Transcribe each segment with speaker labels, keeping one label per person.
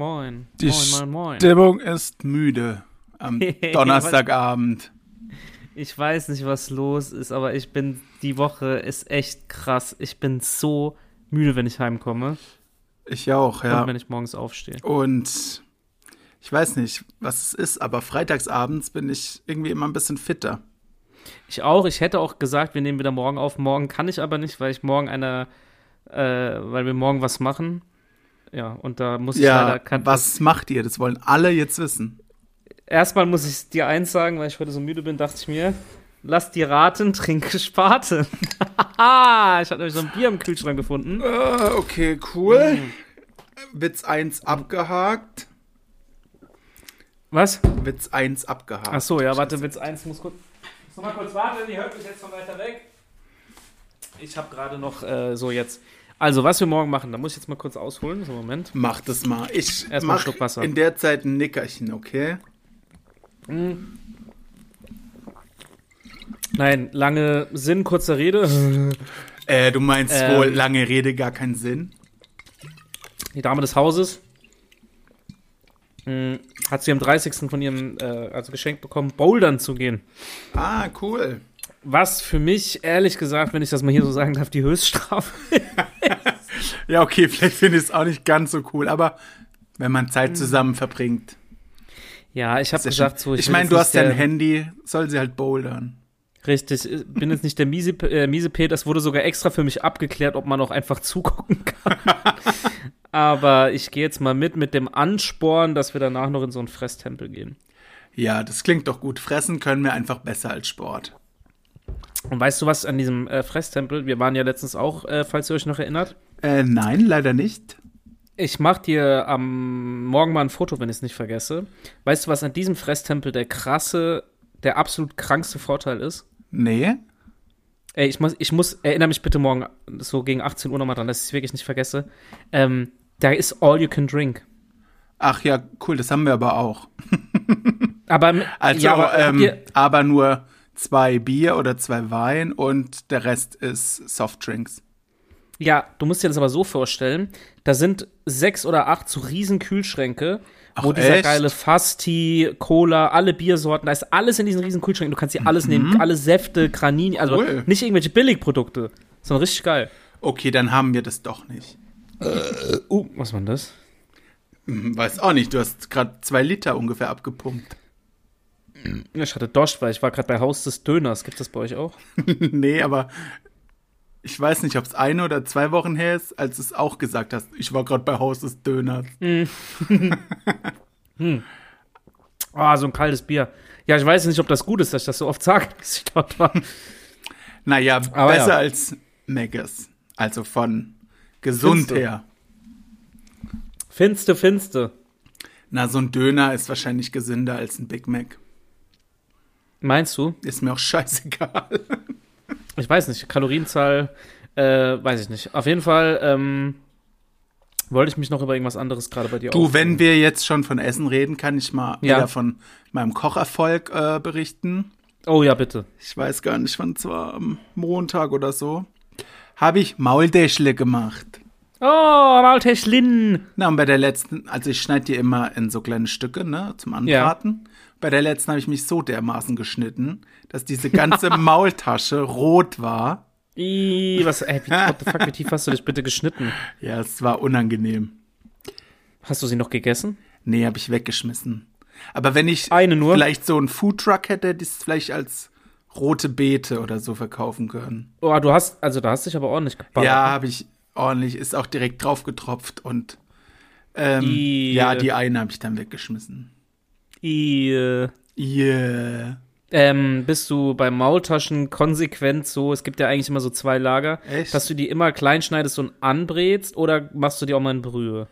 Speaker 1: Moin.
Speaker 2: Die
Speaker 1: moin, moin, moin.
Speaker 2: Stimmung ist müde am Donnerstagabend.
Speaker 1: Ich weiß nicht, was los ist, aber ich bin, die Woche ist echt krass. Ich bin so müde, wenn ich heimkomme
Speaker 2: Ich auch,
Speaker 1: und
Speaker 2: ja.
Speaker 1: wenn ich morgens aufstehe.
Speaker 2: Und ich weiß nicht, was es ist, aber freitagsabends bin ich irgendwie immer ein bisschen fitter.
Speaker 1: Ich auch, ich hätte auch gesagt, wir nehmen wieder morgen auf. Morgen kann ich aber nicht, weil ich morgen einer, äh, weil wir morgen was machen. Ja, und da muss ich leider,
Speaker 2: Ja,
Speaker 1: kann,
Speaker 2: was macht ihr? Das wollen alle jetzt wissen.
Speaker 1: erstmal muss ich dir eins sagen, weil ich heute so müde bin, dachte ich mir, lass die raten, trinke Sparte. Haha, ich hatte nämlich so ein Bier im Kühlschrank gefunden.
Speaker 2: Ah, okay, cool.
Speaker 1: Mhm.
Speaker 2: Witz 1 abgehakt.
Speaker 1: Was?
Speaker 2: Witz 1 abgehakt.
Speaker 1: Ach so, ja, warte, Witz 1 muss kurz. Muss noch mal kurz warten, ihr hört mich jetzt von weiter weg. Ich habe gerade noch äh, so jetzt. Also, was wir morgen machen, da muss ich jetzt mal kurz ausholen. So, Moment.
Speaker 2: Mach das mal. Ich
Speaker 1: Erstmal einen
Speaker 2: mach
Speaker 1: Schluck Wasser.
Speaker 2: in der Zeit ein Nickerchen, okay?
Speaker 1: Hm. Nein, lange Sinn, kurze Rede.
Speaker 2: Äh, du meinst
Speaker 1: Ähm.
Speaker 2: wohl lange Rede, gar keinen Sinn?
Speaker 1: Die Dame des Hauses mh, hat sie am 30. von ihrem äh, also Geschenk bekommen, bouldern zu gehen.
Speaker 2: Ah, cool.
Speaker 1: Was für mich, ehrlich gesagt, wenn ich das mal hier so sagen darf, die Höchststrafe
Speaker 2: Ja, okay, vielleicht finde ich es auch nicht ganz so cool, aber wenn man
Speaker 1: Hm.
Speaker 2: Zeit zusammen verbringt.
Speaker 1: Ja, ich habe
Speaker 2: ist ja
Speaker 1: gesagt,
Speaker 2: schon-
Speaker 1: so
Speaker 2: ich
Speaker 1: bin
Speaker 2: meine,
Speaker 1: jetzt
Speaker 2: du
Speaker 1: nicht
Speaker 2: hast ja
Speaker 1: der-
Speaker 2: ein Handy, soll sie halt bouldern.
Speaker 1: Richtig, ich bin jetzt nicht der miese, äh, miese P, das wurde sogar extra für mich abgeklärt, ob man auch einfach zugucken kann. Aber ich gehe jetzt mal mit mit dem Ansporn, dass wir danach noch in so einen Fresstempel gehen.
Speaker 2: Ja, das klingt doch gut. Fressen können wir einfach besser als Sport.
Speaker 1: Und weißt du was an diesem äh, Fresstempel? Wir waren ja letztens auch, äh, falls ihr euch noch erinnert.
Speaker 2: Äh, nein, leider nicht.
Speaker 1: Ich mach dir am Morgen mal ein Foto, wenn ich es nicht vergesse. Weißt du, was an diesem Fresstempel der krasse, der absolut krankste Vorteil ist?
Speaker 2: Nee.
Speaker 1: Ey, ich muss, ich muss, erinnere mich bitte morgen so gegen 18 Uhr nochmal dran, dass ich es wirklich nicht vergesse. Ähm, da ist all you can drink.
Speaker 2: Ach ja, cool, das haben wir aber auch.
Speaker 1: Aber,
Speaker 2: Also,
Speaker 1: ja, aber habt
Speaker 2: ähm,
Speaker 1: ihr,
Speaker 2: aber nur zwei Bier oder zwei Wein und der Rest ist Softdrinks.
Speaker 1: ja, du musst dir das aber so vorstellen, da sind sechs oder acht so riesen Kühlschränke, wo
Speaker 2: Ach,
Speaker 1: dieser
Speaker 2: echt?
Speaker 1: geile Fasti, Cola, alle Biersorten, da ist alles in diesen riesen Kühlschränken. Du kannst dir alles nehmen, alle Säfte, Granini, also
Speaker 2: Mhm. Cool.
Speaker 1: nicht irgendwelche Billigprodukte, sondern richtig geil.
Speaker 2: Okay, dann haben wir das doch nicht.
Speaker 1: Uh, was war denn das?
Speaker 2: Hm, Weiß auch nicht, du hast gerade zwei Liter ungefähr abgepumpt.
Speaker 1: Ich hatte Dosch, weil ich war gerade bei Haus des Döners. Gibt das bei euch auch?
Speaker 2: nee, aber ich weiß nicht, ob es eine oder zwei Wochen her ist, als du es auch gesagt hast. Ich war gerade bei Haus des Döners.
Speaker 1: Ah, so ein kaltes Bier. Ja, ich weiß nicht, ob das gut ist, dass ich das so oft sage, dass ich dort war.
Speaker 2: Naja,
Speaker 1: Aber
Speaker 2: besser
Speaker 1: ja.
Speaker 2: als Megas. Also von gesund
Speaker 1: Findste.
Speaker 2: her.
Speaker 1: Finste, finste.
Speaker 2: Na, so ein Döner ist wahrscheinlich gesünder als ein Big Mac.
Speaker 1: Meinst du?
Speaker 2: Ist mir auch scheißegal.
Speaker 1: Ich weiß nicht. Kalorienzahl, äh, weiß ich nicht. Auf jeden Fall, ähm, wollte ich mich noch über irgendwas anderes gerade bei dir
Speaker 2: Du,
Speaker 1: auf-
Speaker 2: wenn wir jetzt schon von Essen reden, kann ich mal
Speaker 1: Ja.
Speaker 2: wieder von meinem Kocherfolg äh, berichten.
Speaker 1: Oh ja, bitte.
Speaker 2: Ich weiß gar nicht, wann es war, am Montag oder so. Habe ich Mauldeschle gemacht.
Speaker 1: Oh, Maultäschlin.
Speaker 2: Na, und bei der letzten, also ich schneide die immer in so kleine Stücke, ne, zum Anbraten. Bei der letzten habe ich mich so dermaßen geschnitten, dass diese ganze Maultasche rot war.
Speaker 1: Ih, was, ey, wie, what the fuck, wie tief hast du dich bitte geschnitten?
Speaker 2: Ja, es war unangenehm.
Speaker 1: Hast du sie noch gegessen?
Speaker 2: Nee, habe ich weggeschmissen. Aber wenn ich
Speaker 1: Eine nur?
Speaker 2: vielleicht so einen Foodtruck hätte, hätte ich es vielleicht als rote Beete oder so verkaufen können.
Speaker 1: Oh, du hast, also da hast dich aber ordentlich geballert.
Speaker 2: Ja, habe ich ordentlich, ist auch direkt drauf getropft und ähm,
Speaker 1: I-
Speaker 2: ja, die eine habe ich dann weggeschmissen.
Speaker 1: Ih, äh,
Speaker 2: Yeah.
Speaker 1: Ähm, bist du bei Maultaschen konsequent so, es gibt ja eigentlich immer so zwei Lager,
Speaker 2: Echt?
Speaker 1: dass du die immer klein schneidest und anbrätst oder machst du die auch mal in Brühe?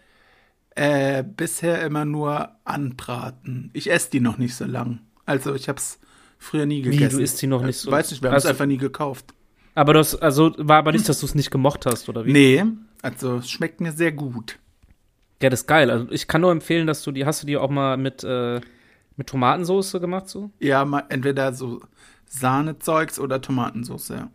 Speaker 2: Äh, bisher immer nur anbraten. Ich esse die noch nicht so lang. Also ich habe es früher nie
Speaker 1: du
Speaker 2: gegessen. Äh,
Speaker 1: isst die noch nicht so-
Speaker 2: Weiß nicht, wir haben es
Speaker 1: Also-
Speaker 2: einfach nie gekauft.
Speaker 1: Aber das, also war aber nicht, dass du es nicht gemocht hast, oder wie?
Speaker 2: Nee, also es schmeckt mir sehr gut.
Speaker 1: Ja, das ist geil. Also ich kann nur empfehlen, dass du die, hast du die auch mal mit, äh, mit Tomatensoße gemacht so?
Speaker 2: Ja, ma- entweder so Sahnezeugs oder Tomatensauce. Ja.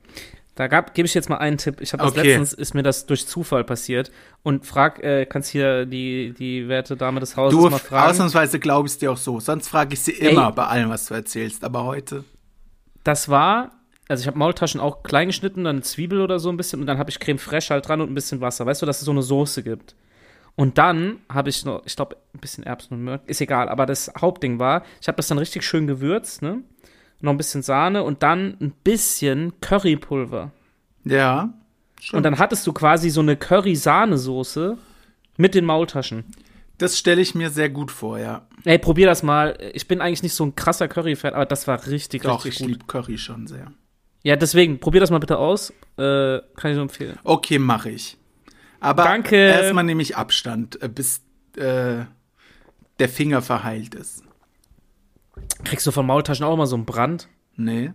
Speaker 1: Da gebe ich jetzt mal einen Tipp. Ich habe das
Speaker 2: Okay.
Speaker 1: letztens, ist mir das durch Zufall passiert. Und frag, äh, kannst hier die, die werte Dame des Hauses
Speaker 2: Du,
Speaker 1: mal fragen.
Speaker 2: ausnahmsweise glaube ich dir auch so. Sonst frage ich sie immer bei allem, was du erzählst. Aber heute.
Speaker 1: Das war, also ich habe Maultaschen auch klein geschnitten, dann Zwiebel oder so ein bisschen und dann habe ich Creme Fraiche halt dran und ein bisschen Wasser. Weißt du, dass es so eine Soße gibt. Und dann habe ich noch, ich glaube, ein bisschen Erbsen und Mörk, ist egal, aber das Hauptding war, ich habe das dann richtig schön gewürzt, ne? Noch ein bisschen Sahne und dann ein bisschen Currypulver.
Speaker 2: Ja.
Speaker 1: Und dann hattest du quasi so eine Curry-Sahnesoße mit den Maultaschen.
Speaker 2: Das stelle ich mir sehr gut vor, ja.
Speaker 1: Ey, probier das mal. Ich bin eigentlich nicht so ein krasser Curry-Fan, aber das war richtig,
Speaker 2: Doch,
Speaker 1: richtig
Speaker 2: ich
Speaker 1: gut.
Speaker 2: liebe Curry schon sehr.
Speaker 1: Ja, deswegen, probier das mal bitte aus. Äh, kann ich nur empfehlen.
Speaker 2: Okay, mache ich. Aber
Speaker 1: Danke.
Speaker 2: erstmal nehme ich Abstand, äh, bis äh, der Finger verheilt ist.
Speaker 1: Kriegst du von Maultaschen auch immer so einen Brand?
Speaker 2: Nee.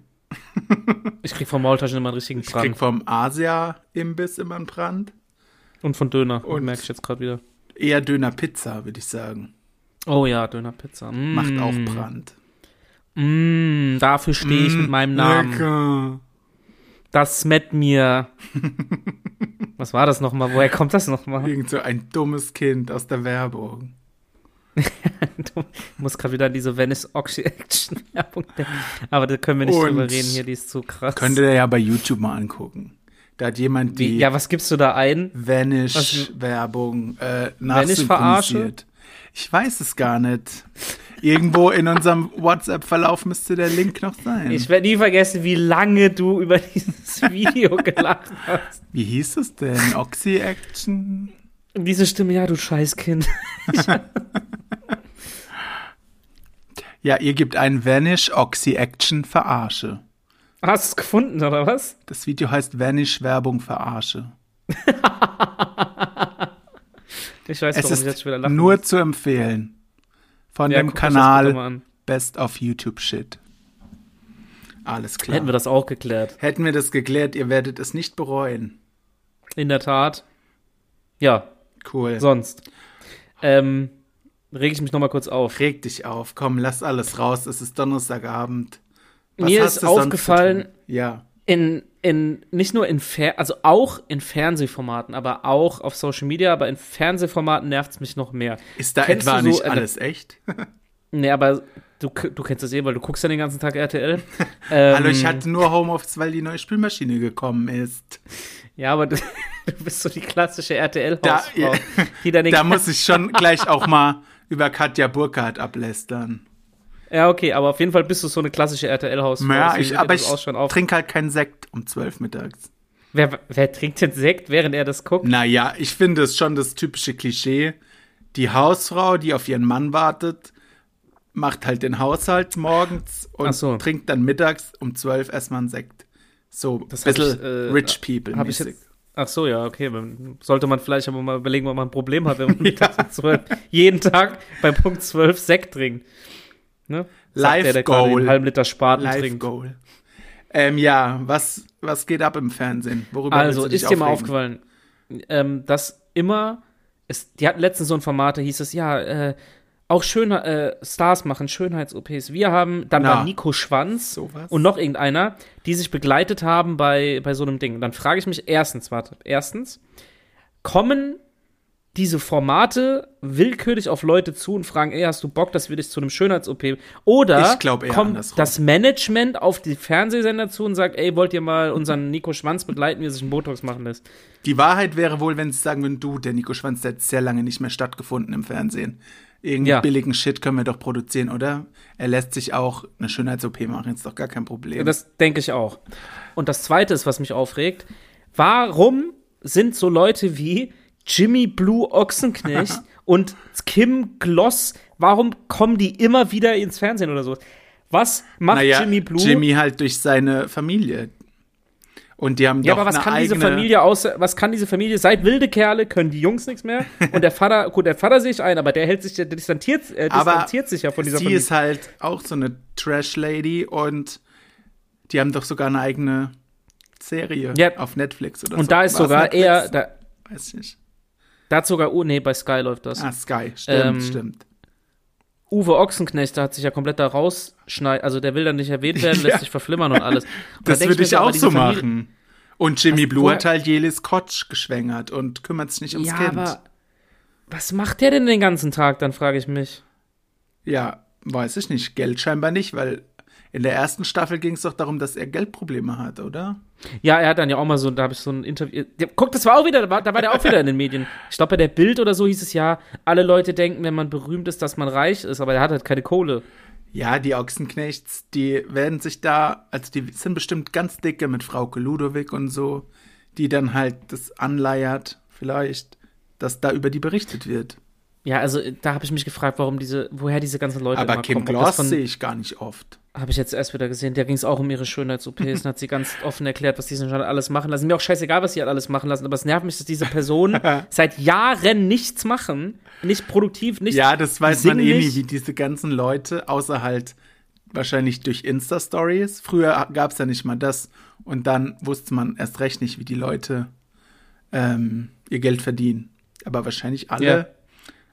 Speaker 1: Ich krieg von Maultaschen immer einen richtigen
Speaker 2: Ich ne? krieg
Speaker 1: Brand.
Speaker 2: vom Asia-Imbiss immer einen Brand.
Speaker 1: Und von Döner.
Speaker 2: Und-
Speaker 1: merke ich jetzt gerade wieder.
Speaker 2: Eher Döner-Pizza, würde ich sagen.
Speaker 1: Oh ja, Dönerpizza. Mm.
Speaker 2: Macht auch Brand. Mm.
Speaker 1: Mm, dafür stehe ich mit meinem Namen.
Speaker 2: Lecker.
Speaker 1: Das met mir. Was war das nochmal? Woher kommt das nochmal?
Speaker 2: Irgend so ein dummes Kind aus der Werbung.
Speaker 1: Du musst gerade wieder an diese Venice Oxy Action Werbung denken. Aber da können wir nicht
Speaker 2: Und-
Speaker 1: drüber reden hier, die ist zu krass.
Speaker 2: Könnt ihr ja bei YouTube mal angucken. Da hat jemand die
Speaker 1: Wie, ja, was gibst du da ein?
Speaker 2: Vanish-Werbung äh,
Speaker 1: verarsche?
Speaker 2: nachsynchronisiert. Ich weiß es gar nicht. Irgendwo in unserem WhatsApp-Verlauf müsste der Link noch sein.
Speaker 1: Ich werde nie vergessen, wie lange du über dieses Video gelacht hast.
Speaker 2: Wie hieß es denn? Oxy-Action?
Speaker 1: Und diese Stimme, ja, du Scheißkind.
Speaker 2: Ja, ihr gebt ein Vanish-Oxy-Action-Verarsche.
Speaker 1: Hast du es gefunden, oder was?
Speaker 2: Das Video heißt Vanish-Werbung-Verarsche.
Speaker 1: Ich weiß, warum
Speaker 2: Es
Speaker 1: ich
Speaker 2: ist
Speaker 1: jetzt schon wieder lachen
Speaker 2: nur
Speaker 1: muss.
Speaker 2: zu empfehlen. Von
Speaker 1: Ja,
Speaker 2: dem
Speaker 1: guck euch das bitte
Speaker 2: Kanal
Speaker 1: mal an.
Speaker 2: Best of YouTube Shit. Alles klar.
Speaker 1: Hätten wir das auch geklärt.
Speaker 2: Hätten wir das geklärt, ihr werdet es nicht bereuen.
Speaker 1: In der Tat. Ja,
Speaker 2: Cool.
Speaker 1: sonst. Ähm, reg ich mich nochmal kurz auf.
Speaker 2: Reg dich auf, komm, lass alles raus. Es ist Donnerstagabend.
Speaker 1: Mir
Speaker 2: hast
Speaker 1: ist
Speaker 2: du sonst
Speaker 1: aufgefallen-
Speaker 2: getan? Ja.
Speaker 1: In, in, nicht nur in, Fer also auch in Fernsehformaten, aber auch auf Social Media, aber in Fernsehformaten nervt es mich noch mehr.
Speaker 2: Ist da
Speaker 1: Kennst
Speaker 2: etwa
Speaker 1: du so äh, ähm,
Speaker 2: nicht
Speaker 1: eine-
Speaker 2: alles echt?
Speaker 1: Nee, aber du, k- du kennst das eh, weil du guckst ja den ganzen Tag RTL.
Speaker 2: Hallo,
Speaker 1: Ähm,
Speaker 2: ich hatte nur Homeoffice, weil die neue Spülmaschine gekommen ist.
Speaker 1: Ja, aber du, du bist so die klassische RTL-Hausfrau,
Speaker 2: Da-
Speaker 1: die dann den
Speaker 2: Da muss ich schon gleich auch mal über Katja Burkhardt ablästern.
Speaker 1: Ja, okay, aber auf jeden Fall bist du so eine klassische RTL-Hausfrau.
Speaker 2: Ja,
Speaker 1: deswegen
Speaker 2: ich,
Speaker 1: fällt
Speaker 2: aber
Speaker 1: das
Speaker 2: ich
Speaker 1: auch schon auf.
Speaker 2: trinke halt keinen Sekt um zwölf mittags.
Speaker 1: Wer, wer trinkt denn Sekt, während er das guckt?
Speaker 2: Naja, ich finde es schon das typische Klischee. Die Hausfrau, die auf ihren Mann wartet, macht halt den Haushalt morgens
Speaker 1: Ach
Speaker 2: und
Speaker 1: so.
Speaker 2: trinkt dann mittags um 12 erstmal einen Sekt. So ein
Speaker 1: Das hab
Speaker 2: bisschen
Speaker 1: ich, äh,
Speaker 2: Rich People.
Speaker 1: Hab ich
Speaker 2: mäßig.
Speaker 1: jetzt, ach so, ja, okay. man- Sollte man vielleicht aber mal überlegen, ob man ein Problem hat, wenn man mittags um 12, jeden Tag bei Punkt 12 Sekt trinkt. Ne? Sagt
Speaker 2: Life
Speaker 1: der, der gerade
Speaker 2: Goal.
Speaker 1: einen halben Liter Spaten
Speaker 2: Life
Speaker 1: trinkt.
Speaker 2: Goal. Ähm, ja, was, was geht ab im Fernsehen? Worüber
Speaker 1: Also,
Speaker 2: willst du dich
Speaker 1: ist dir mal
Speaker 2: aufregen?
Speaker 1: aufgefallen, ähm, dass immer, es, die hatten letztens so ein Format, da hieß es, ja, äh, auch schön, äh, Stars machen Schönheits-OPs. Wir haben, dann
Speaker 2: Na.
Speaker 1: war Nico Schwanz
Speaker 2: Sowas?
Speaker 1: und noch irgendeiner, die sich begleitet haben bei, bei so einem Ding. Und dann frage ich mich erstens, warte, erstens, kommen diese Formate willkürlich auf Leute zu und fragen, ey, hast du Bock, dass wir dich zu einem Schönheits-OP? Oder
Speaker 2: Ich glaub eher
Speaker 1: kommt
Speaker 2: andersrum.
Speaker 1: das Management auf die Fernsehsender zu und sagt, ey, wollt ihr mal unseren Nico Schwanz begleiten, wie er sich einen Botox machen lässt?
Speaker 2: Die Wahrheit wäre wohl, wenn sie sagen würden, du, der Nico Schwanz, der hat sehr lange nicht mehr stattgefunden im Fernsehen. Irgendeinen
Speaker 1: Ja.
Speaker 2: billigen Shit können wir doch produzieren, oder? Er lässt sich auch eine Schönheits-OP machen, ist doch gar kein Problem.
Speaker 1: Das denke ich auch. Und das Zweite ist, was mich aufregt, warum sind so Leute wie Jimmy Blue Ochsenknecht und Kim Gloss, warum kommen die immer wieder ins Fernsehen oder so? Was macht
Speaker 2: naja,
Speaker 1: Jimmy Blue?
Speaker 2: Jimmy halt durch seine Familie. Und die haben
Speaker 1: ja,
Speaker 2: doch
Speaker 1: aber was
Speaker 2: eine
Speaker 1: kann
Speaker 2: eigene,
Speaker 1: diese Familie außer, was kann diese Familie? Seit wilde Kerle können die Jungs nichts mehr. Und der Vater, gut, der Vater sehe ich ein, aber der hält sich, der distanziert, äh,
Speaker 2: Aber
Speaker 1: distanziert sich ja von dieser
Speaker 2: sie
Speaker 1: Familie.
Speaker 2: ist halt auch so eine Trash-Lady und die haben doch sogar eine eigene Serie
Speaker 1: Ja.
Speaker 2: auf Netflix oder so.
Speaker 1: und da ist
Speaker 2: War's
Speaker 1: sogar
Speaker 2: Netflix?
Speaker 1: eher, da,
Speaker 2: Weiß ich nicht.
Speaker 1: da hat sogar, oh nee, bei Sky läuft das.
Speaker 2: Ah, Sky, stimmt,
Speaker 1: Ähm,
Speaker 2: stimmt.
Speaker 1: Uwe Ochsenknecht, der hat sich ja komplett da rausschneid, also der will dann nicht erwähnt werden, lässt
Speaker 2: Ja.
Speaker 1: sich verflimmern und alles. Und da
Speaker 2: Das
Speaker 1: denk
Speaker 2: würde
Speaker 1: mir
Speaker 2: ich
Speaker 1: so, aber
Speaker 2: auch
Speaker 1: diese
Speaker 2: so
Speaker 1: Familie- Also
Speaker 2: machen. Und Jimmy Blue woher? hat halt Jelis Kotsch geschwängert und kümmert sich nicht ums
Speaker 1: ja,
Speaker 2: Kind.
Speaker 1: Aber was macht der denn den ganzen Tag, dann frage ich mich.
Speaker 2: Ja, weiß ich nicht. Geld scheinbar nicht, weil in der ersten Staffel ging es doch darum, dass er Geldprobleme hat, oder?
Speaker 1: Ja, er hat dann ja auch mal so, da habe ich so ein Interview. Ja, guck, das war auch wieder, da war, da war der auch wieder in den Medien. Ich glaube, bei der Bild oder so hieß es ja, alle Leute denken, wenn man berühmt ist, dass man reich ist, aber er hat halt keine Kohle.
Speaker 2: Ja, die Ochsenknechts, die werden sich da, also die sind bestimmt ganz dicke mit Frauke Ludowig und so, die dann halt das anleiert, vielleicht, dass da über die berichtet wird.
Speaker 1: Ja, also da habe ich mich gefragt, warum diese, woher diese ganzen Leute
Speaker 2: Aber Kim kommen. Gloss sehe ich gar nicht oft.
Speaker 1: Habe ich jetzt erst wieder gesehen. Da ging es auch um ihre Schönheits-OPs und hat sie ganz offen erklärt, was diese schon alles machen lassen. Mir auch scheißegal, was sie halt alles machen lassen, aber es nervt mich, dass diese Personen seit Jahren nichts machen, nicht produktiv, nicht.
Speaker 2: Ja, das weiß man eh nie, wie diese ganzen Leute, außer halt wahrscheinlich durch Insta-Stories. Früher gab es ja nicht mal das und dann wusste man erst recht nicht, wie die Leute ähm, ihr Geld verdienen. Aber wahrscheinlich alle, ja.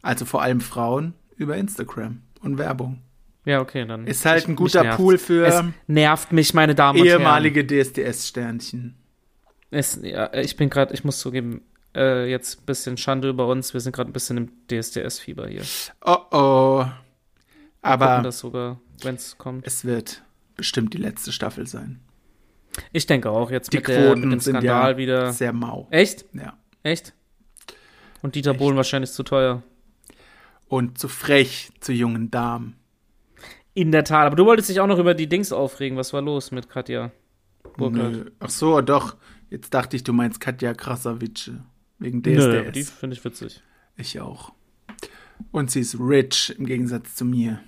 Speaker 2: also vor allem Frauen, über Instagram und Werbung.
Speaker 1: Ja, okay, dann.
Speaker 2: Ist halt ein guter Pool für.
Speaker 1: Es nervt mich, meine Damen und
Speaker 2: ehemalige Herren. Ehemalige DSDS-Sternchen.
Speaker 1: Ja, ich bin gerade, ich muss zugeben, äh, jetzt ein bisschen Schande über uns. Wir sind gerade ein bisschen im DSDS-Fieber hier.
Speaker 2: Oh oh. Aber.
Speaker 1: Wir das sogar, wenn es kommt.
Speaker 2: Es wird bestimmt die letzte Staffel sein.
Speaker 1: Ich denke auch, jetzt die mit, Quoten der, mit dem Skandal ja wieder.
Speaker 2: Sehr mau.
Speaker 1: Echt?
Speaker 2: Ja.
Speaker 1: Echt? Und Dieter Echt. Bohlen wahrscheinlich zu teuer.
Speaker 2: Und zu frech zu jungen Damen.
Speaker 1: In der Tat. Aber du wolltest dich auch noch über die Dings aufregen. Was war los mit Katja
Speaker 2: Burkhardt? Nö. Ach so, doch. Jetzt dachte ich, du meinst Katja Krasavice. Wegen
Speaker 1: DSDS. Nö, die finde ich witzig.
Speaker 2: Ich auch. Und sie ist rich im Gegensatz zu mir.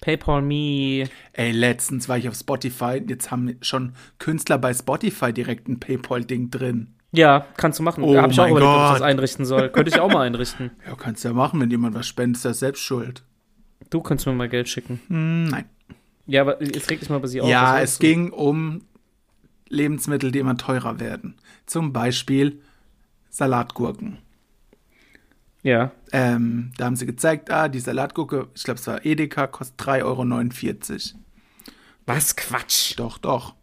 Speaker 1: PayPal me.
Speaker 2: Ey, letztens war ich auf Spotify. Jetzt haben schon Künstler bei Spotify direkt ein PayPal-Ding drin.
Speaker 1: Ja, kannst du machen. Oh Habe ich auch überlegt, Gott. ob ich das einrichten soll. Könnte ich auch mal einrichten.
Speaker 2: Ja, kannst du ja machen, wenn jemand was spendet, ist das selbst schuld. Hm,
Speaker 1: Du kannst mir mal Geld schicken.
Speaker 2: Nein.
Speaker 1: Ja, aber jetzt reg dich mal bei sie auf.
Speaker 2: Ja, es du? ging um Lebensmittel, die immer teurer werden. Zum Beispiel Salatgurken.
Speaker 1: Ja.
Speaker 2: Ähm, da haben sie gezeigt, ah, die Salatgurke, ich glaube, es war Edeka, kostet 3,49 Euro.
Speaker 1: Was Quatsch.
Speaker 2: Doch, doch.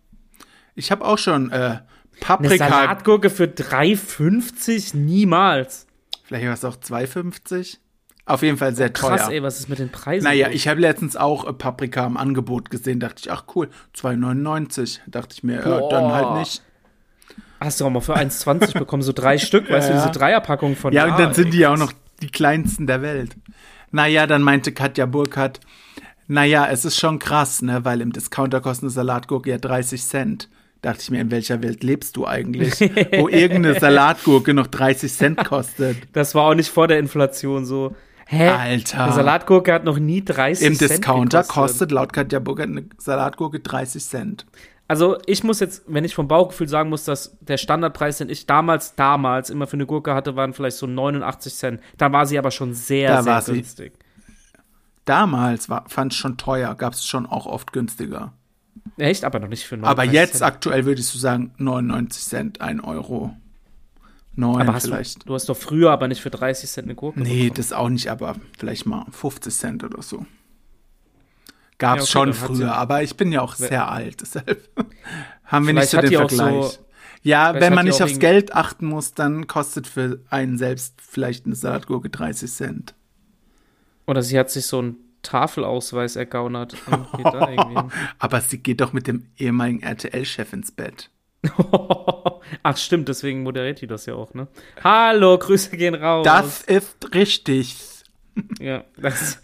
Speaker 2: Ich habe auch schon äh, Paprika.
Speaker 1: Eine Salatgurke für 3,50? Niemals.
Speaker 2: Vielleicht war es auch 2,50? Auf jeden Fall sehr
Speaker 1: Krass, teuer.
Speaker 2: Krass,
Speaker 1: ey, was ist mit den Preisen?
Speaker 2: Naja, ich habe letztens auch äh, Paprika im Angebot gesehen, dachte ich, ach cool, 2,99. Dachte ich mir, äh, dann halt nicht.
Speaker 1: Hast du auch mal für 1,20 bekommen, so drei Stück, weißt ja. du, diese Dreierpackung von
Speaker 2: Ja, und dann ah, sind ey, die auch noch die kleinsten der Welt. Naja, dann meinte Katja Burkhardt, naja, es ist schon krass, ne, weil im Discounter kostet eine Salatgurke ja 30 Cent. Dachte ich mir, in welcher Welt lebst du eigentlich, wo irgendeine Salatgurke noch 30 Cent kostet?
Speaker 1: Das war auch nicht vor der Inflation so. Hä?
Speaker 2: Alter.
Speaker 1: Eine Salatgurke hat noch nie 30
Speaker 2: Im Cent. Im Discounter gekostet. kostet laut Katja Burkhardt eine Salatgurke 30 Cent.
Speaker 1: Also ich muss jetzt, wenn ich vom Bauchgefühl sagen muss, dass der Standardpreis, den ich damals, damals immer für eine Gurke hatte, waren vielleicht so 89 Cent. Da war sie aber schon sehr, da sehr günstig.
Speaker 2: Sie. Damals fand es schon teuer, gab es schon auch oft günstiger.
Speaker 1: Echt, aber noch nicht für
Speaker 2: 99 Aber jetzt Cent. aktuell würdest du sagen 99 Cent, 1 Euro. 9
Speaker 1: aber
Speaker 2: vielleicht. Hm.
Speaker 1: Du, du, hast doch früher aber nicht für 30 Cent eine Gurke.
Speaker 2: Nee, bekommen. das auch nicht, aber vielleicht mal 50 Cent oder so. Gab es ja, okay, schon früher, aber ich bin ja auch sehr ja. alt, deshalb haben wir nicht so den Vergleich. So, ja, wenn man nicht aufs Geld achten muss, dann kostet für einen selbst vielleicht eine Salatgurke 30 Cent.
Speaker 1: Oder sie hat sich so einen Tafelausweis ergaunert. Hm,
Speaker 2: aber sie geht doch mit dem ehemaligen RTL-Chef ins Bett.
Speaker 1: Ach stimmt, deswegen moderiert die das ja auch, ne? Hallo, Grüße gehen raus.
Speaker 2: Das ist richtig.
Speaker 1: Ja, das.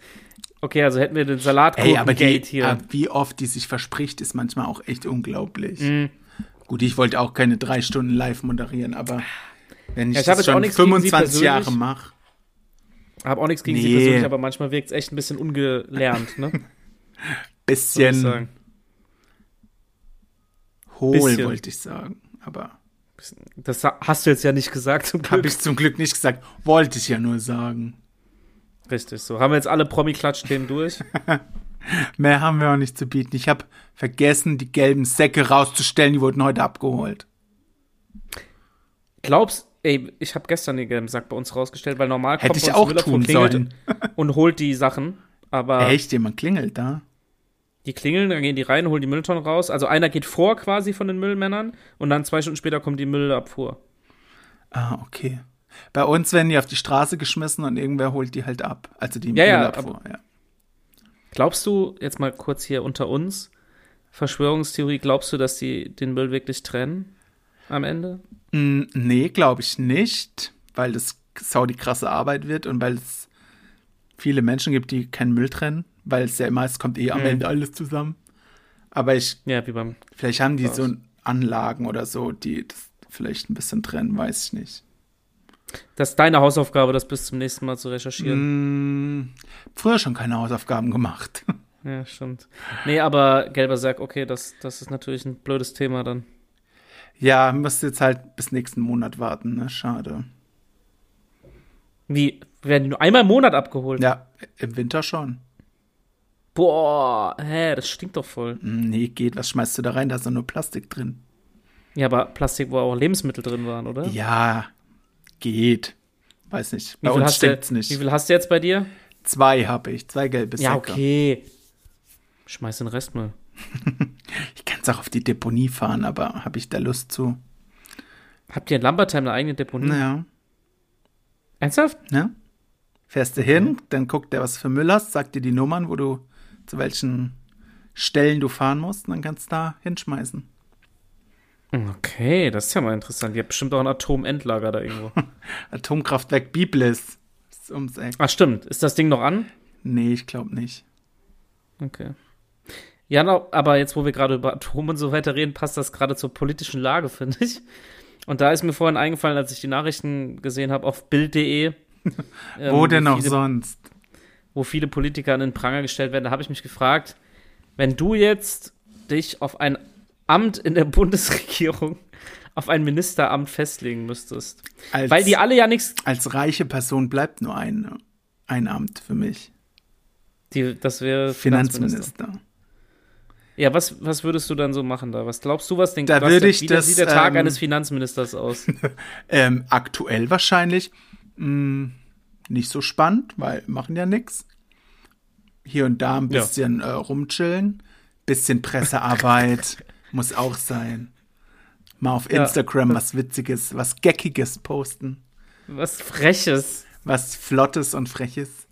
Speaker 1: Okay, also hätten wir den Salatgurken-Gate hier. Aber
Speaker 2: ah, wie oft die sich verspricht, ist manchmal auch echt unglaublich. Mm. Gut, ich wollte auch keine drei Stunden live moderieren, aber wenn ich, ja,
Speaker 1: ich das
Speaker 2: schon 25 Jahre mache.
Speaker 1: Habe auch nichts gegen nee. sie persönlich, aber manchmal wirkt es echt ein bisschen ungelernt, ne?
Speaker 2: bisschen. Hohl, bisschen. wollte ich sagen, aber.
Speaker 1: Das hast du jetzt ja nicht gesagt, zum Glück.
Speaker 2: Habe ich zum Glück nicht gesagt. Wollte ich ja nur sagen.
Speaker 1: Richtig, so. Haben wir jetzt alle Promi-Klatsch-Themen durch?
Speaker 2: Mehr haben wir auch nicht zu bieten. Ich habe vergessen, die gelben Säcke rauszustellen. Die wurden heute abgeholt.
Speaker 1: Glaubst Ey, ich habe gestern den gelben Sack bei uns rausgestellt, weil normal
Speaker 2: Hätte kommt ich auch Müller tun sollen.
Speaker 1: und holt die Sachen. Aber
Speaker 2: Echt, jemand klingelt da?
Speaker 1: Die klingeln, dann gehen die rein, holen die Mülltonnen raus. Also einer geht vor quasi von den Müllmännern und dann zwei Stunden später kommt die Müllabfuhr.
Speaker 2: Ah, okay. Bei uns werden die auf die Straße geschmissen und irgendwer holt die halt ab. Also die
Speaker 1: Ja, ja,
Speaker 2: Müllabfuhr, ja.
Speaker 1: Glaubst du, jetzt mal kurz hier unter uns, Verschwörungstheorie, glaubst du, dass die den Müll wirklich trennen am Ende?
Speaker 2: Mm, Nee, glaube ich nicht, weil das sau die krasse Arbeit wird und weil es viele Menschen gibt, die keinen Müll trennen, weil es ja immer, es kommt eh am
Speaker 1: Mhm.
Speaker 2: Ende alles zusammen. Aber ich,
Speaker 1: Ja, wie beim.
Speaker 2: vielleicht haben die
Speaker 1: Krass.
Speaker 2: so Anlagen oder so, die das vielleicht ein bisschen trennen, weiß ich nicht.
Speaker 1: Das ist deine Hausaufgabe, das bis zum nächsten Mal zu recherchieren.
Speaker 2: Mm, früher schon keine Hausaufgaben gemacht.
Speaker 1: Ja, stimmt. Nee, aber gelber Sack, okay, das, das ist natürlich ein blödes Thema dann.
Speaker 2: ja, müsst jetzt halt bis nächsten Monat warten, ne? Schade.
Speaker 1: Wie? Werden die nur einmal im Monat abgeholt?
Speaker 2: Ja, im Winter schon.
Speaker 1: Boah, hä, das stinkt doch voll.
Speaker 2: Mm, Nee, geht, was schmeißt du da rein? Da ist doch nur Plastik drin.
Speaker 1: Ja, aber Plastik, wo auch Lebensmittel drin waren, oder?
Speaker 2: Ja, geht. Weiß nicht.
Speaker 1: Wie
Speaker 2: Bei
Speaker 1: viel
Speaker 2: uns
Speaker 1: hast du-
Speaker 2: stinkt's nicht.
Speaker 1: Wie viel hast du jetzt bei dir?
Speaker 2: Zwei habe ich, zwei gelbe Säcke.
Speaker 1: Ja, okay. Schmeiß den Restmüll.
Speaker 2: Ich kann es auch auf die Deponie fahren, aber habe ich da Lust zu?
Speaker 1: Habt ihr in Lambertheim eine eigene Deponie?
Speaker 2: Naja,
Speaker 1: Ernsthaft?
Speaker 2: ne? Fährst du hin, dann guckt der, was du für Müll hast, sagt dir die Nummern, wo du, zu welchen Stellen du fahren musst, und dann kannst du da hinschmeißen.
Speaker 1: Hm, Okay, das ist ja mal interessant. Ihr habt bestimmt auch ein Atomendlager da irgendwo.
Speaker 2: Atomkraftwerk Biblis. Ist ums Eck.
Speaker 1: Ach, Ah, stimmt. Ist das Ding noch an?
Speaker 2: Nee, ich glaube nicht.
Speaker 1: Okay. Ja, na, aber jetzt, wo wir gerade über Atom und so weiter reden, passt das gerade zur politischen Lage, finde ich. Und da ist mir vorhin eingefallen, als ich die Nachrichten gesehen habe auf Bild.de. ähm,
Speaker 2: wo denn auch
Speaker 1: viele,
Speaker 2: sonst?
Speaker 1: Wo viele Politiker an den Pranger gestellt werden, da habe ich mich gefragt, wenn du jetzt dich auf ein Amt in der Bundesregierung, auf ein Ministeramt festlegen müsstest.
Speaker 2: Als,
Speaker 1: Weil die alle ja nichts.
Speaker 2: als reiche Person bleibt nur ein, ein Amt für mich.
Speaker 1: Die, das wäre
Speaker 2: Finanzminister.
Speaker 1: Ja, was, was würdest du dann so machen da? Was glaubst du, was, den,
Speaker 2: Da
Speaker 1: was
Speaker 2: würde
Speaker 1: der-
Speaker 2: ich
Speaker 1: wie der-
Speaker 2: das,
Speaker 1: sieht der Tag
Speaker 2: ähm,
Speaker 1: eines Finanzministers aus?
Speaker 2: Ähm, aktuell wahrscheinlich mh, nicht so spannend, weil machen ja nix. Hier und da ein
Speaker 1: Ja.
Speaker 2: bisschen äh, rumchillen, bisschen Pressearbeit muss auch sein. Mal auf
Speaker 1: Ja.
Speaker 2: Instagram was Witziges, was Geckiges posten,
Speaker 1: Was Freches.
Speaker 2: was Flottes und Freches.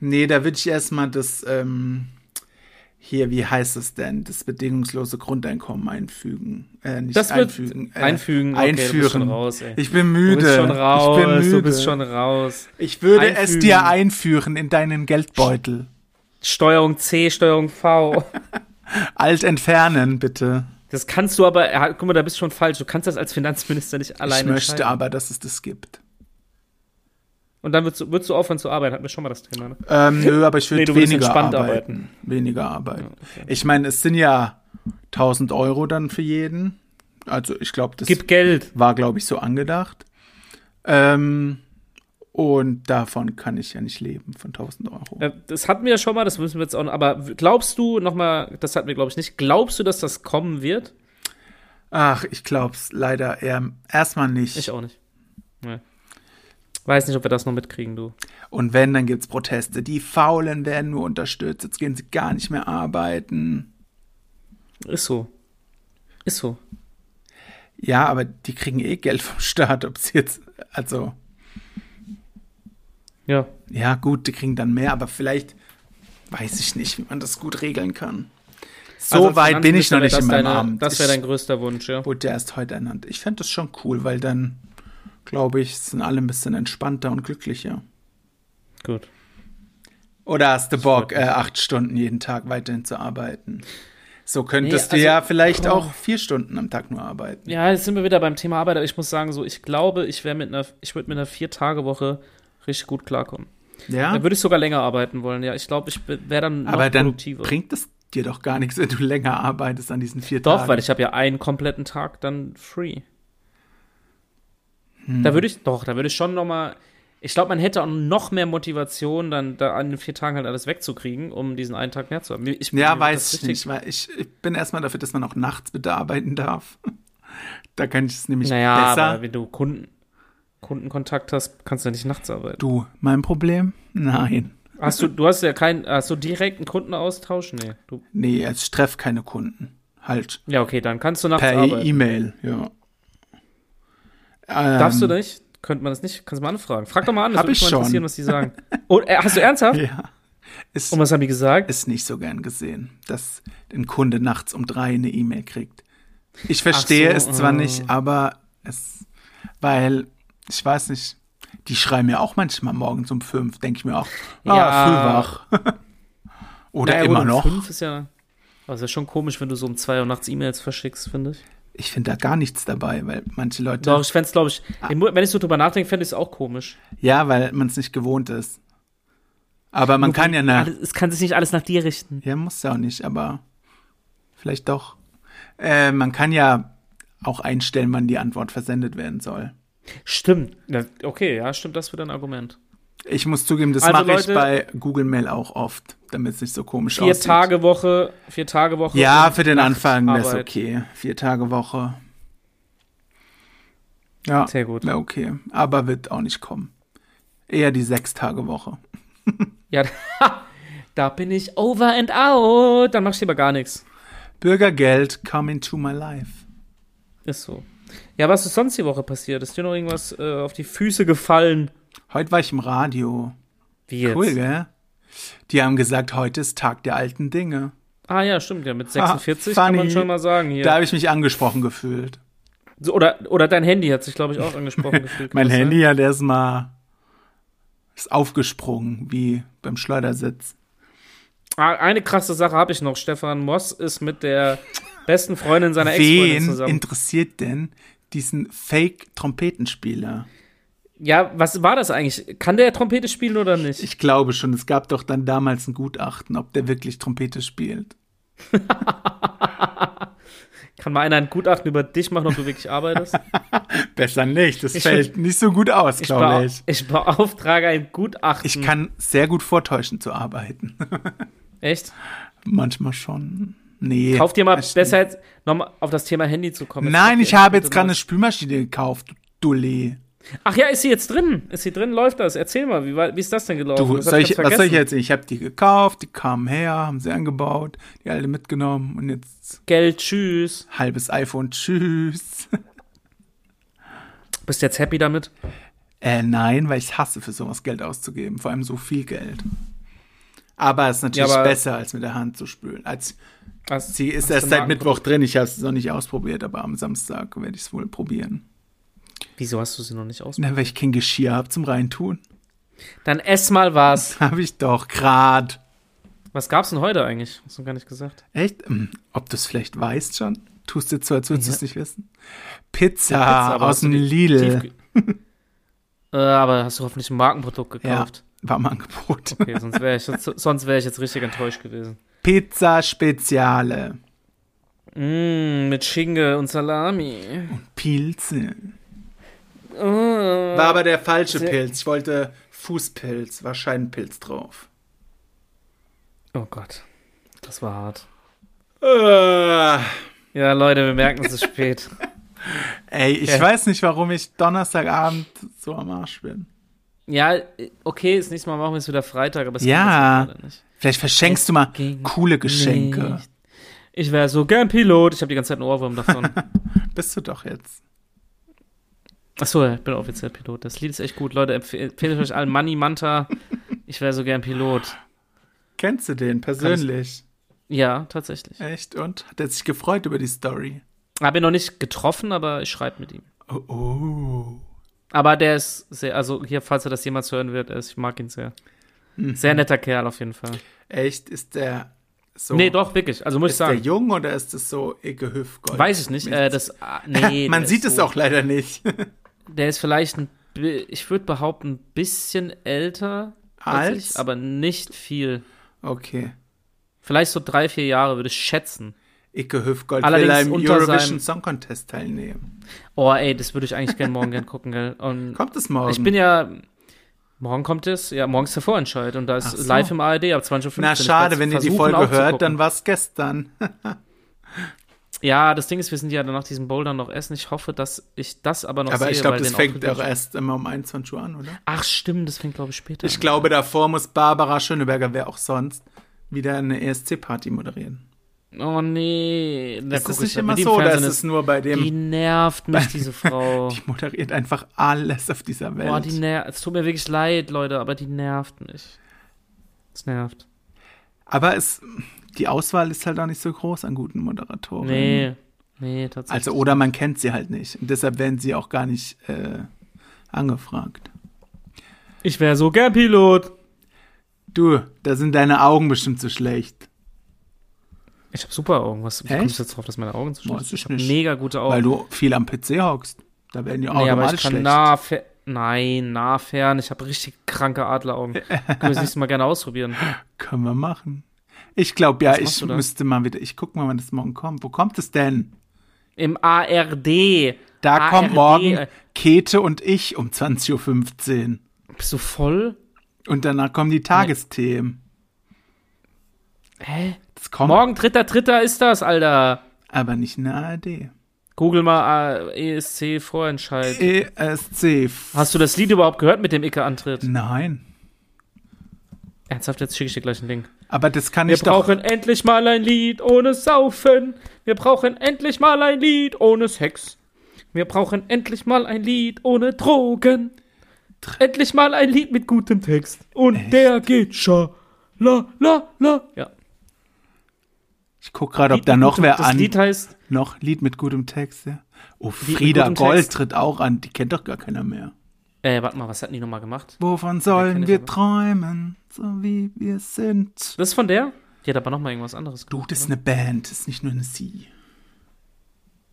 Speaker 2: Nee, da würde ich erstmal das, ähm, hier, wie heißt es denn, das bedingungslose Grundeinkommen einfügen. Äh, nicht
Speaker 1: Das wird
Speaker 2: einfügen. äh,
Speaker 1: einfügen. Okay, Du bist schon
Speaker 2: einführen.
Speaker 1: raus, ey.
Speaker 2: Ich bin
Speaker 1: du
Speaker 2: müde.
Speaker 1: bist schon raus.
Speaker 2: Ich bin müde.
Speaker 1: Du bist schon raus.
Speaker 2: ich würde es
Speaker 1: Einfügen.
Speaker 2: dir einführen in deinen Geldbeutel.
Speaker 1: Steuerung C, Steuerung V.
Speaker 2: Alt entfernen, bitte.
Speaker 1: Das kannst du aber, ja, guck mal, da bist du schon falsch. Du kannst das als Finanzminister nicht alleine
Speaker 2: ich möchte
Speaker 1: entscheiden.
Speaker 2: aber, dass es das gibt.
Speaker 1: Und dann würdest du, würdest du aufhören zu arbeiten. Hatten wir schon mal das Thema. Ne?
Speaker 2: Ähm, nö, aber ich würde
Speaker 1: Nee, du willst
Speaker 2: weniger
Speaker 1: entspannt
Speaker 2: arbeiten.
Speaker 1: arbeiten.
Speaker 2: Weniger arbeiten. Ich meine, es sind ja 1000 Euro dann für jeden. Also ich glaube, das
Speaker 1: Gib Geld.
Speaker 2: war, glaube ich, so angedacht. Ähm, und davon kann ich ja nicht leben, von 1000 Euro.
Speaker 1: Äh, Das hatten wir ja schon mal, das müssen wir jetzt auch noch. Aber glaubst du, nochmal, das hatten wir, glaube ich, nicht. Glaubst du, dass das kommen wird?
Speaker 2: Ach, ich glaube es leider eher erstmal nicht.
Speaker 1: Ich auch nicht. Nee. Weiß nicht, ob wir das noch mitkriegen, du.
Speaker 2: Und wenn, dann gibt's Proteste. Die Faulen werden nur unterstützt. Jetzt gehen sie gar nicht mehr arbeiten.
Speaker 1: Ist so. Ist so.
Speaker 2: Ja, aber die kriegen eh Geld vom Staat, ob sie jetzt. Also,
Speaker 1: Ja.
Speaker 2: ja, gut, die kriegen dann mehr, aber vielleicht weiß ich nicht, wie man das gut regeln kann. So
Speaker 1: Also als
Speaker 2: weit bin ich noch
Speaker 1: Finanzminister
Speaker 2: nicht
Speaker 1: wär
Speaker 2: in meinem
Speaker 1: deine,
Speaker 2: Amt.
Speaker 1: Das wäre dein
Speaker 2: ich
Speaker 1: größter Wunsch, ja.
Speaker 2: wurde ja erst heute ernannt. Ich fände das schon cool, weil dann, glaube ich, sind alle ein bisschen entspannter und glücklicher.
Speaker 1: Gut.
Speaker 2: Oder hast du Bock,
Speaker 1: freut
Speaker 2: äh, acht Stunden jeden Tag weiterhin zu arbeiten? So könntest
Speaker 1: Nee,
Speaker 2: du ja
Speaker 1: also-
Speaker 2: vielleicht
Speaker 1: oh.
Speaker 2: auch vier Stunden am Tag nur arbeiten.
Speaker 1: Ja, jetzt sind wir wieder beim Thema Arbeit, aber ich muss sagen, so, ich glaube, ich wäre mit einer, ich würde mit einer Vier-Tage-Woche richtig gut klarkommen.
Speaker 2: Ja,
Speaker 1: Dann würde ich sogar länger arbeiten wollen, ja. Ich glaube, ich wäre dann noch
Speaker 2: Ah. aber dann
Speaker 1: produktiver.
Speaker 2: bringt es dir doch gar nichts, wenn du länger arbeitest an diesen vier
Speaker 1: Doch,
Speaker 2: Tagen.
Speaker 1: weil ich habe ja einen kompletten Tag dann free.
Speaker 2: Hm.
Speaker 1: Da würde ich, doch, da würde ich schon noch mal, ich glaube, man hätte auch noch mehr Motivation, dann da an den vier Tagen halt alles wegzukriegen, um diesen einen Tag mehr zu haben. Ich,
Speaker 2: ja,
Speaker 1: das
Speaker 2: weiß ich
Speaker 1: richtig-
Speaker 2: nicht, weil ich, ich bin erstmal dafür, dass man auch nachts bitte arbeiten darf. Da kann ich es nämlich
Speaker 1: Naja, aber
Speaker 2: besser.
Speaker 1: wenn du Kunden, Kundenkontakt hast, kannst du ja nicht nachts arbeiten.
Speaker 2: Du, mein Problem? Nein.
Speaker 1: Hast du, du hast ja keinen, hast du direkten Kundenaustausch? Nee. Du,
Speaker 2: Nee, es treff keine Kunden. Halt.
Speaker 1: ja, okay, dann kannst du nachts
Speaker 2: Per E-
Speaker 1: arbeiten.
Speaker 2: E-Mail, ja. Ähm,
Speaker 1: Darfst du nicht? Könnte man das nicht? Kannst du mal anfragen. Frag doch mal an, das
Speaker 2: Hab
Speaker 1: würde mich
Speaker 2: ich
Speaker 1: mal
Speaker 2: schon.
Speaker 1: interessieren, was die sagen. Oh, äh, hast du ernsthaft?
Speaker 2: Ähm, Ja. Ist,
Speaker 1: Und was haben die gesagt?
Speaker 2: ist nicht so gern gesehen, dass ein Kunde nachts um drei eine E-Mail kriegt. Ich verstehe
Speaker 1: so,
Speaker 2: es zwar
Speaker 1: äh.
Speaker 2: nicht, aber es, weil, ich weiß nicht, die schreiben ja auch manchmal morgens um fünf, denke ich mir auch, ah,
Speaker 1: Ja.
Speaker 2: früh wach. Oder
Speaker 1: Naja, gut,
Speaker 2: immer
Speaker 1: um
Speaker 2: noch.
Speaker 1: Fünf ist ja, das ist ja schon komisch, wenn du so um zwei Uhr nachts E-Mails verschickst, finde ich.
Speaker 2: Ich finde da gar nichts dabei, weil manche Leute,
Speaker 1: Doch, ich fände es, glaube ich,
Speaker 2: Ah.
Speaker 1: im Mo- wenn ich so drüber nachdenke, fände ich es auch komisch.
Speaker 2: ja, weil man es nicht gewohnt ist. Aber man kann ja nach,
Speaker 1: Alles- Es kann sich nicht alles nach dir richten.
Speaker 2: Ja, muss ja auch nicht, aber vielleicht doch. Äh, man kann ja auch einstellen, wann die Antwort versendet werden soll.
Speaker 1: Stimmt. Na, okay, ja, stimmt, das wird ein Argument.
Speaker 2: Ich muss zugeben, das
Speaker 1: Also,
Speaker 2: mache ich
Speaker 1: Leute-
Speaker 2: bei Google Mail auch oft, damit es nicht so komisch
Speaker 1: Vier
Speaker 2: aussieht.
Speaker 1: Tage Woche, vier Tage Woche.
Speaker 2: Ja,
Speaker 1: und
Speaker 2: für den Anfang wäre es
Speaker 1: Nachtarbeit.
Speaker 2: okay. Vier Tage Woche. Ja,
Speaker 1: Sehr gut.
Speaker 2: wäre okay. Aber wird auch nicht kommen. Eher die sechs Tage Woche.
Speaker 1: Ja, da bin ich over and out. Dann machst du lieber gar nichts.
Speaker 2: Bürgergeld, come into my life.
Speaker 1: Ist so. Ja, was ist sonst die Woche passiert? Ist dir noch irgendwas äh, auf die Füße gefallen?
Speaker 2: Heute war ich im Radio.
Speaker 1: Wie jetzt?
Speaker 2: Cool, gell? Die haben gesagt, heute ist Tag der alten Dinge.
Speaker 1: Ah ja, stimmt, ja, mit 46
Speaker 2: Ah,
Speaker 1: kann man
Speaker 2: funny.
Speaker 1: schon mal sagen hier.
Speaker 2: Da habe ich mich angesprochen gefühlt.
Speaker 1: so, oder, oder dein Handy hat sich, glaube ich, auch angesprochen gefühlt. kann
Speaker 2: Mein
Speaker 1: das
Speaker 2: Handy hat erstmal ist aufgesprungen, wie beim Schleudersitz.
Speaker 1: Sein? Ah, eine krasse Sache habe ich noch. Stefan Moss ist mit der besten Freundin seiner Ex-Freundin
Speaker 2: Wen
Speaker 1: zusammen.
Speaker 2: interessiert denn diesen Fake-Trompetenspieler?
Speaker 1: Ja, was war das eigentlich? Kann der Trompete spielen oder nicht?
Speaker 2: Ich glaube schon, es gab doch dann damals ein Gutachten, ob der wirklich Trompete spielt.
Speaker 1: Kann mal einer ein Gutachten über dich machen, ob du wirklich arbeitest?
Speaker 2: Besser nicht, das
Speaker 1: Ich-
Speaker 2: fällt nicht so gut aus,
Speaker 1: Ich,
Speaker 2: glaube
Speaker 1: bea
Speaker 2: ich.
Speaker 1: ich beauftrage ein Gutachten.
Speaker 2: Ich kann sehr gut vortäuschen zu arbeiten.
Speaker 1: Echt?
Speaker 2: Manchmal schon. Nee.
Speaker 1: Kauf dir mal
Speaker 2: das
Speaker 1: besser jetzt nochmal auf das Thema Handy zu kommen.
Speaker 2: Nein,
Speaker 1: Jetzt-
Speaker 2: ich habe jetzt gerade eine Spülmaschine gekauft, du Dulli.
Speaker 1: Ach ja, ist sie jetzt drin? Ist sie drin? Läuft das? Erzähl mal, wie, war- wie ist das denn gelaufen?
Speaker 2: Du,
Speaker 1: Das
Speaker 2: soll
Speaker 1: hab
Speaker 2: ich,
Speaker 1: ganz
Speaker 2: was soll ich
Speaker 1: vergessen.
Speaker 2: jetzt? Ich habe die gekauft, die kamen her, haben sie angebaut, die alte mitgenommen und jetzt
Speaker 1: Geld, tschüss.
Speaker 2: halbes iPhone, tschüss.
Speaker 1: Bist jetzt happy damit?
Speaker 2: Äh, nein, weil ich hasse, für sowas Geld auszugeben, vor allem so viel Geld. Aber es ist natürlich
Speaker 1: Ja, aber-
Speaker 2: besser, als mit der Hand zu spülen. Als,
Speaker 1: Hast,
Speaker 2: sie ist
Speaker 1: hast
Speaker 2: erst
Speaker 1: du
Speaker 2: seit
Speaker 1: mal-
Speaker 2: Mittwoch drin, ich habe es noch nicht ausprobiert, aber am Samstag werde ich es wohl probieren.
Speaker 1: Wieso hast du sie noch nicht aus?
Speaker 2: Na, weil ich kein Geschirr habe zum Reintun.
Speaker 1: Dann ess mal was.
Speaker 2: Habe ich doch, grad.
Speaker 1: Was gab's denn heute eigentlich? Hast du gar nicht gesagt.
Speaker 2: Echt? Hm, Ob du es vielleicht weißt schon? Tust du jetzt so, als würdest du es nicht wissen? Pizza,
Speaker 1: Pizza, aber
Speaker 2: Ah, aus
Speaker 1: hast du
Speaker 2: dem
Speaker 1: die
Speaker 2: Lidl.
Speaker 1: Tiefge- äh, aber hast du hoffentlich ein Markenprodukt
Speaker 2: Ja,
Speaker 1: gekauft?
Speaker 2: war im Angebot.
Speaker 1: Okay, sonst wäre ich, sonst, sonst wär ich jetzt richtig enttäuscht gewesen.
Speaker 2: Pizza Speziale.
Speaker 1: Mm, mit Schinke und Salami.
Speaker 2: Pilze.
Speaker 1: Oh.
Speaker 2: War aber der falsche
Speaker 1: Sehr-
Speaker 2: Pilz. Ich wollte Fußpilz, war Scheinpilz drauf.
Speaker 1: oh Gott, das war hart.
Speaker 2: Äh,
Speaker 1: Ja, Leute, wir merken, es ist spät.
Speaker 2: ey, ich
Speaker 1: Ja.
Speaker 2: weiß nicht, warum ich Donnerstagabend so am Arsch bin.
Speaker 1: Ja, okay, das nächste Mal machen wir es wieder Freitag, aber es
Speaker 2: Ja.
Speaker 1: geht jetzt gerade nicht.
Speaker 2: Vielleicht verschenkst du mal
Speaker 1: ging
Speaker 2: coole Geschenke.
Speaker 1: Nicht. Ich wäre so gern Pilot. Ich habe die ganze Zeit einen Ohrwurm davon.
Speaker 2: Bist du doch jetzt.
Speaker 1: Achso, ich bin offiziell Pilot. Das Lied ist echt gut. Leute, empfehle empfehle ich euch allen Manni Manta. Ich wäre so gern Pilot.
Speaker 2: Kennst du den persönlich?
Speaker 1: Ja, tatsächlich.
Speaker 2: Echt? Und? Hat er sich gefreut über die Story?
Speaker 1: Habe ihn noch nicht getroffen, aber ich schreibe mit ihm.
Speaker 2: Oh, oh.
Speaker 1: Aber der ist sehr, also hier, falls er das jemals hören wird, er ist, ich mag ihn sehr.
Speaker 2: Mhm.
Speaker 1: Sehr netter Kerl auf jeden Fall.
Speaker 2: Echt? Ist der so.
Speaker 1: Nee, doch, wirklich. Also muss ich
Speaker 2: Ist der
Speaker 1: sagen.
Speaker 2: jung oder ist es so Ecke Hüfgold?
Speaker 1: Weiß ich nicht. Äh, das, ah, nee,
Speaker 2: Man
Speaker 1: der
Speaker 2: sieht
Speaker 1: ist
Speaker 2: es
Speaker 1: so-
Speaker 2: auch leider nicht.
Speaker 1: Der ist vielleicht ein, bi- ich würde behaupten, ein bisschen älter
Speaker 2: Als?
Speaker 1: ich, aber nicht viel.
Speaker 2: Okay.
Speaker 1: Vielleicht so drei, vier Jahre würde ich schätzen.
Speaker 2: Icke Hüfgold
Speaker 1: Allerdings
Speaker 2: will am
Speaker 1: unter
Speaker 2: Eurovision
Speaker 1: seinem-
Speaker 2: Song Contest teilnehmen.
Speaker 1: Oh, ey, das würde ich eigentlich gerne morgen gern gucken, gell? Und
Speaker 2: Kommt es morgen?
Speaker 1: ich bin ja. Morgen kommt es, ja, morgen ist der Vorentscheid und da ist
Speaker 2: Ach so.
Speaker 1: live im ARD ab 20.15 Uhr.
Speaker 2: Na schade, wenn ihr die Folge hört, dann war es gestern.
Speaker 1: Ja, das Ding ist, wir sind ja nach diesem Bowl dann noch essen. Ich hoffe, dass ich das aber noch
Speaker 2: Aber
Speaker 1: sehe.
Speaker 2: ich glaube,
Speaker 1: weil
Speaker 2: das
Speaker 1: den
Speaker 2: fängt
Speaker 1: Auftritt-
Speaker 2: auch erst immer um 21 Uhr an, oder?
Speaker 1: Ach stimmt, das fängt glaube ich später
Speaker 2: Ich
Speaker 1: an.
Speaker 2: glaube, davor muss Barbara Schöneberger, wer auch sonst, wieder eine E ESC-Party moderieren.
Speaker 1: Oh nee. Da
Speaker 2: ist
Speaker 1: guck
Speaker 2: es
Speaker 1: ich
Speaker 2: nicht
Speaker 1: dann.
Speaker 2: immer
Speaker 1: Mit dem
Speaker 2: so, oder ist
Speaker 1: Fernsehen
Speaker 2: es nur bei dem?
Speaker 1: Die nervt mich, diese Frau.
Speaker 2: Die moderiert einfach alles auf dieser Welt.
Speaker 1: Boah, die nervt. Es tut mir wirklich leid, Leute, aber die nervt mich. Es nervt.
Speaker 2: Aber es, die Auswahl ist halt auch nicht so groß an guten Moderatoren.
Speaker 1: Nee. Nee, tatsächlich.
Speaker 2: Also, oder man kennt sie halt nicht. Und deshalb werden sie auch gar nicht äh, angefragt.
Speaker 1: ich wäre so gern Pilot.
Speaker 2: Du, da sind deine Augen bestimmt zu schlecht.
Speaker 1: Ich habe super Augen. Was wie
Speaker 2: Echt?
Speaker 1: kommst du jetzt drauf, dass meine Augen zu schlecht
Speaker 2: Weiß
Speaker 1: sind?
Speaker 2: ich
Speaker 1: Ich hab
Speaker 2: nicht.
Speaker 1: mega gute Augen.
Speaker 2: Weil du viel am PC hockst. Da werden die Augen
Speaker 1: Oh. nee, aber ich
Speaker 2: automatisch
Speaker 1: kann
Speaker 2: schlecht.
Speaker 1: nah, fer- nein, nah, fern. Ich habe richtig kranke Adleraugen. Können wir das nächste Mal gerne ausprobieren.
Speaker 2: Können wir machen. Ich glaube, ja,
Speaker 1: Was machst
Speaker 2: ich
Speaker 1: du da?
Speaker 2: müsste mal wieder. Ich gucke mal, wann das morgen kommt. Wo kommt es denn?
Speaker 1: Im ARD.
Speaker 2: Da
Speaker 1: ARD,
Speaker 2: kommt morgen
Speaker 1: äh,
Speaker 2: Käthe und ich um 20.15
Speaker 1: Bist du voll?
Speaker 2: Uhr. Und danach kommen die Tagesthemen.
Speaker 1: Hä?
Speaker 2: Das kommt
Speaker 1: Morgen, dritter, dritter ist das, Alter.
Speaker 2: aber nicht in der ARD.
Speaker 1: Google mal äh, ESC Vorentscheid.
Speaker 2: ESC.
Speaker 1: Hast du das Lied überhaupt gehört mit dem Icke-Antritt?
Speaker 2: Nein.
Speaker 1: Ernsthaft, jetzt schicke ich dir gleich einen Link.
Speaker 2: Aber das kann
Speaker 1: Wir
Speaker 2: ich doch.
Speaker 1: brauchen endlich mal ein Lied ohne Saufen. Wir brauchen endlich mal ein Lied ohne Sex. Wir brauchen endlich mal ein Lied ohne Drogen. Endlich mal ein Lied mit gutem Text. Und der geht scha. La, la, la. Ja.
Speaker 2: Ich gucke gerade, ob
Speaker 1: Lied
Speaker 2: da
Speaker 1: mit
Speaker 2: noch
Speaker 1: gutem-
Speaker 2: wer
Speaker 1: Das
Speaker 2: an.
Speaker 1: Lied heißt,
Speaker 2: noch Lied mit gutem Text, ja. Oh,
Speaker 1: mit
Speaker 2: Frieda
Speaker 1: gutem
Speaker 2: Gold
Speaker 1: Text.
Speaker 2: tritt auch an. Die kennt doch gar keiner mehr.
Speaker 1: äh, warte mal, was hatten die nochmal gemacht?
Speaker 2: Wovon
Speaker 1: kenn
Speaker 2: sollen
Speaker 1: ich
Speaker 2: wir
Speaker 1: aber.
Speaker 2: träumen, so wie wir sind?
Speaker 1: Das ist von der? Die hat aber nochmal irgendwas anderes
Speaker 2: Du,
Speaker 1: gemacht.
Speaker 2: das ist eine Band, das ist nicht nur eine Sie.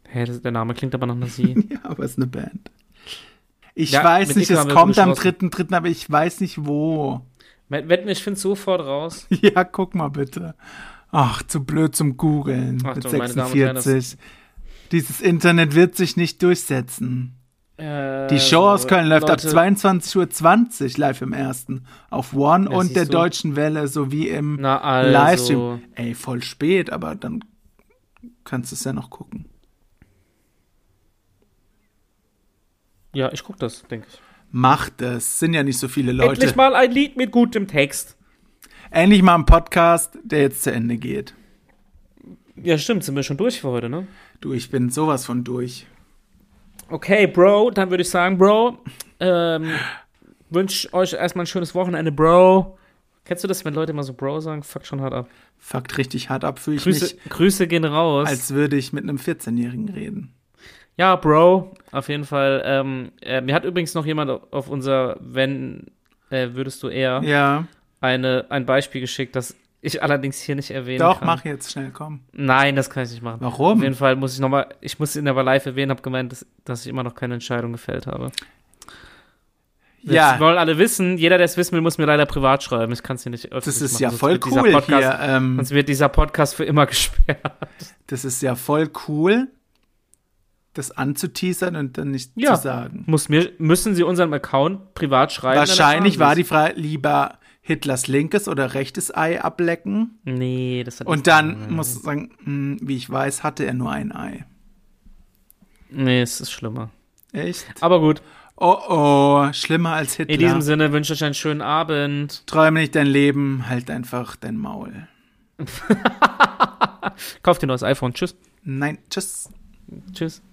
Speaker 1: Hä, das- der Name klingt aber nach einer Sie.
Speaker 2: Ja, aber es ist eine Band. Ich
Speaker 1: Ja,
Speaker 2: weiß
Speaker 1: mit
Speaker 2: nicht,
Speaker 1: Icke
Speaker 2: es
Speaker 1: haben wir
Speaker 2: kommt am
Speaker 1: beschlossen.
Speaker 2: 3.3., aber ich weiß nicht wo.
Speaker 1: Wetten, ich finde sofort raus.
Speaker 2: Ja, guck mal bitte. Ach, zu blöd zum Googeln
Speaker 1: Achtung,
Speaker 2: mit
Speaker 1: meine Damen und Herren,
Speaker 2: 46. Dieses Internet wird sich nicht durchsetzen.
Speaker 1: Äh,
Speaker 2: Die Show
Speaker 1: so,
Speaker 2: aus Köln läuft
Speaker 1: Leute,
Speaker 2: ab 22.20 Uhr live im ersten auf One
Speaker 1: Ja,
Speaker 2: und
Speaker 1: siehst
Speaker 2: der
Speaker 1: du.
Speaker 2: Deutschen Welle sowie im
Speaker 1: Na, also.
Speaker 2: Livestream. Ey, voll spät, aber dann kannst du es ja noch gucken.
Speaker 1: Ja, ich guck das, denke ich.
Speaker 2: Macht es. Sind ja nicht so viele Leute.
Speaker 1: Endlich mal ein Lied mit gutem Text.
Speaker 2: Endlich mal ein Podcast, der jetzt zu Ende geht.
Speaker 1: Ja, stimmt, sind wir schon durch für heute, ne?
Speaker 2: Du, ich bin sowas von durch.
Speaker 1: Okay, Bro, dann würde ich sagen, Bro, ähm, wünsche euch erstmal ein schönes Wochenende, Bro. Kennst du das, wenn Leute immer so Bro sagen? Fuck schon hart ab.
Speaker 2: Fuckt richtig hart ab, fühle ich
Speaker 1: Grüße,
Speaker 2: mich,
Speaker 1: Grüße gehen raus.
Speaker 2: als würde ich mit einem 14-Jährigen reden.
Speaker 1: ja, Bro, auf jeden Fall. Ähm, äh, mir hat übrigens noch jemand auf- auf unser Wenn äh, würdest du eher
Speaker 2: Ja,
Speaker 1: eine, ein Beispiel geschickt, das ich allerdings hier nicht erwähnen
Speaker 2: doch,
Speaker 1: kann.
Speaker 2: mach jetzt schnell, komm.
Speaker 1: Nein, das kann ich nicht machen. Auf jeden
Speaker 2: Warum?
Speaker 1: Fall muss ich nochmal, ich muss ihn aber live erwähnen, habe gemeint, dass, dass ich immer noch keine Entscheidung gefällt habe. Das
Speaker 2: Ja,
Speaker 1: wollen alle wissen. Jeder, der es wissen will, muss mir leider privat schreiben. Ich kann es hier nicht öffentlich
Speaker 2: das ist
Speaker 1: machen,
Speaker 2: ja
Speaker 1: sonst
Speaker 2: voll
Speaker 1: wird dieser
Speaker 2: cool
Speaker 1: Podcast,
Speaker 2: hier. Ähm,
Speaker 1: Sonst wird dieser Podcast für immer gesperrt.
Speaker 2: das ist ja voll cool, das anzuteasern und dann nicht
Speaker 1: Ja.
Speaker 2: zu sagen.
Speaker 1: Muss mir, müssen sie unseren Account privat schreiben? dann
Speaker 2: Wahrscheinlich
Speaker 1: erfahren
Speaker 2: war die Frage lieber Hitlers linkes oder rechtes Ei ablecken.
Speaker 1: sie's. Nee, das hat
Speaker 2: Und dann muss ich sagen, hm, wie ich weiß, hatte er nur ein Ei.
Speaker 1: Nee, es ist schlimmer.
Speaker 2: Echt?
Speaker 1: Aber gut,
Speaker 2: Oh oh, schlimmer als
Speaker 1: in
Speaker 2: Hitler.
Speaker 1: diesem Sinne wünsche ich euch einen schönen Abend.
Speaker 2: Träume nicht dein Leben, halt einfach dein Maul.
Speaker 1: Kauft ihr neues iPhone. Tschüss.
Speaker 2: Nein, tschüss.
Speaker 1: Tschüss.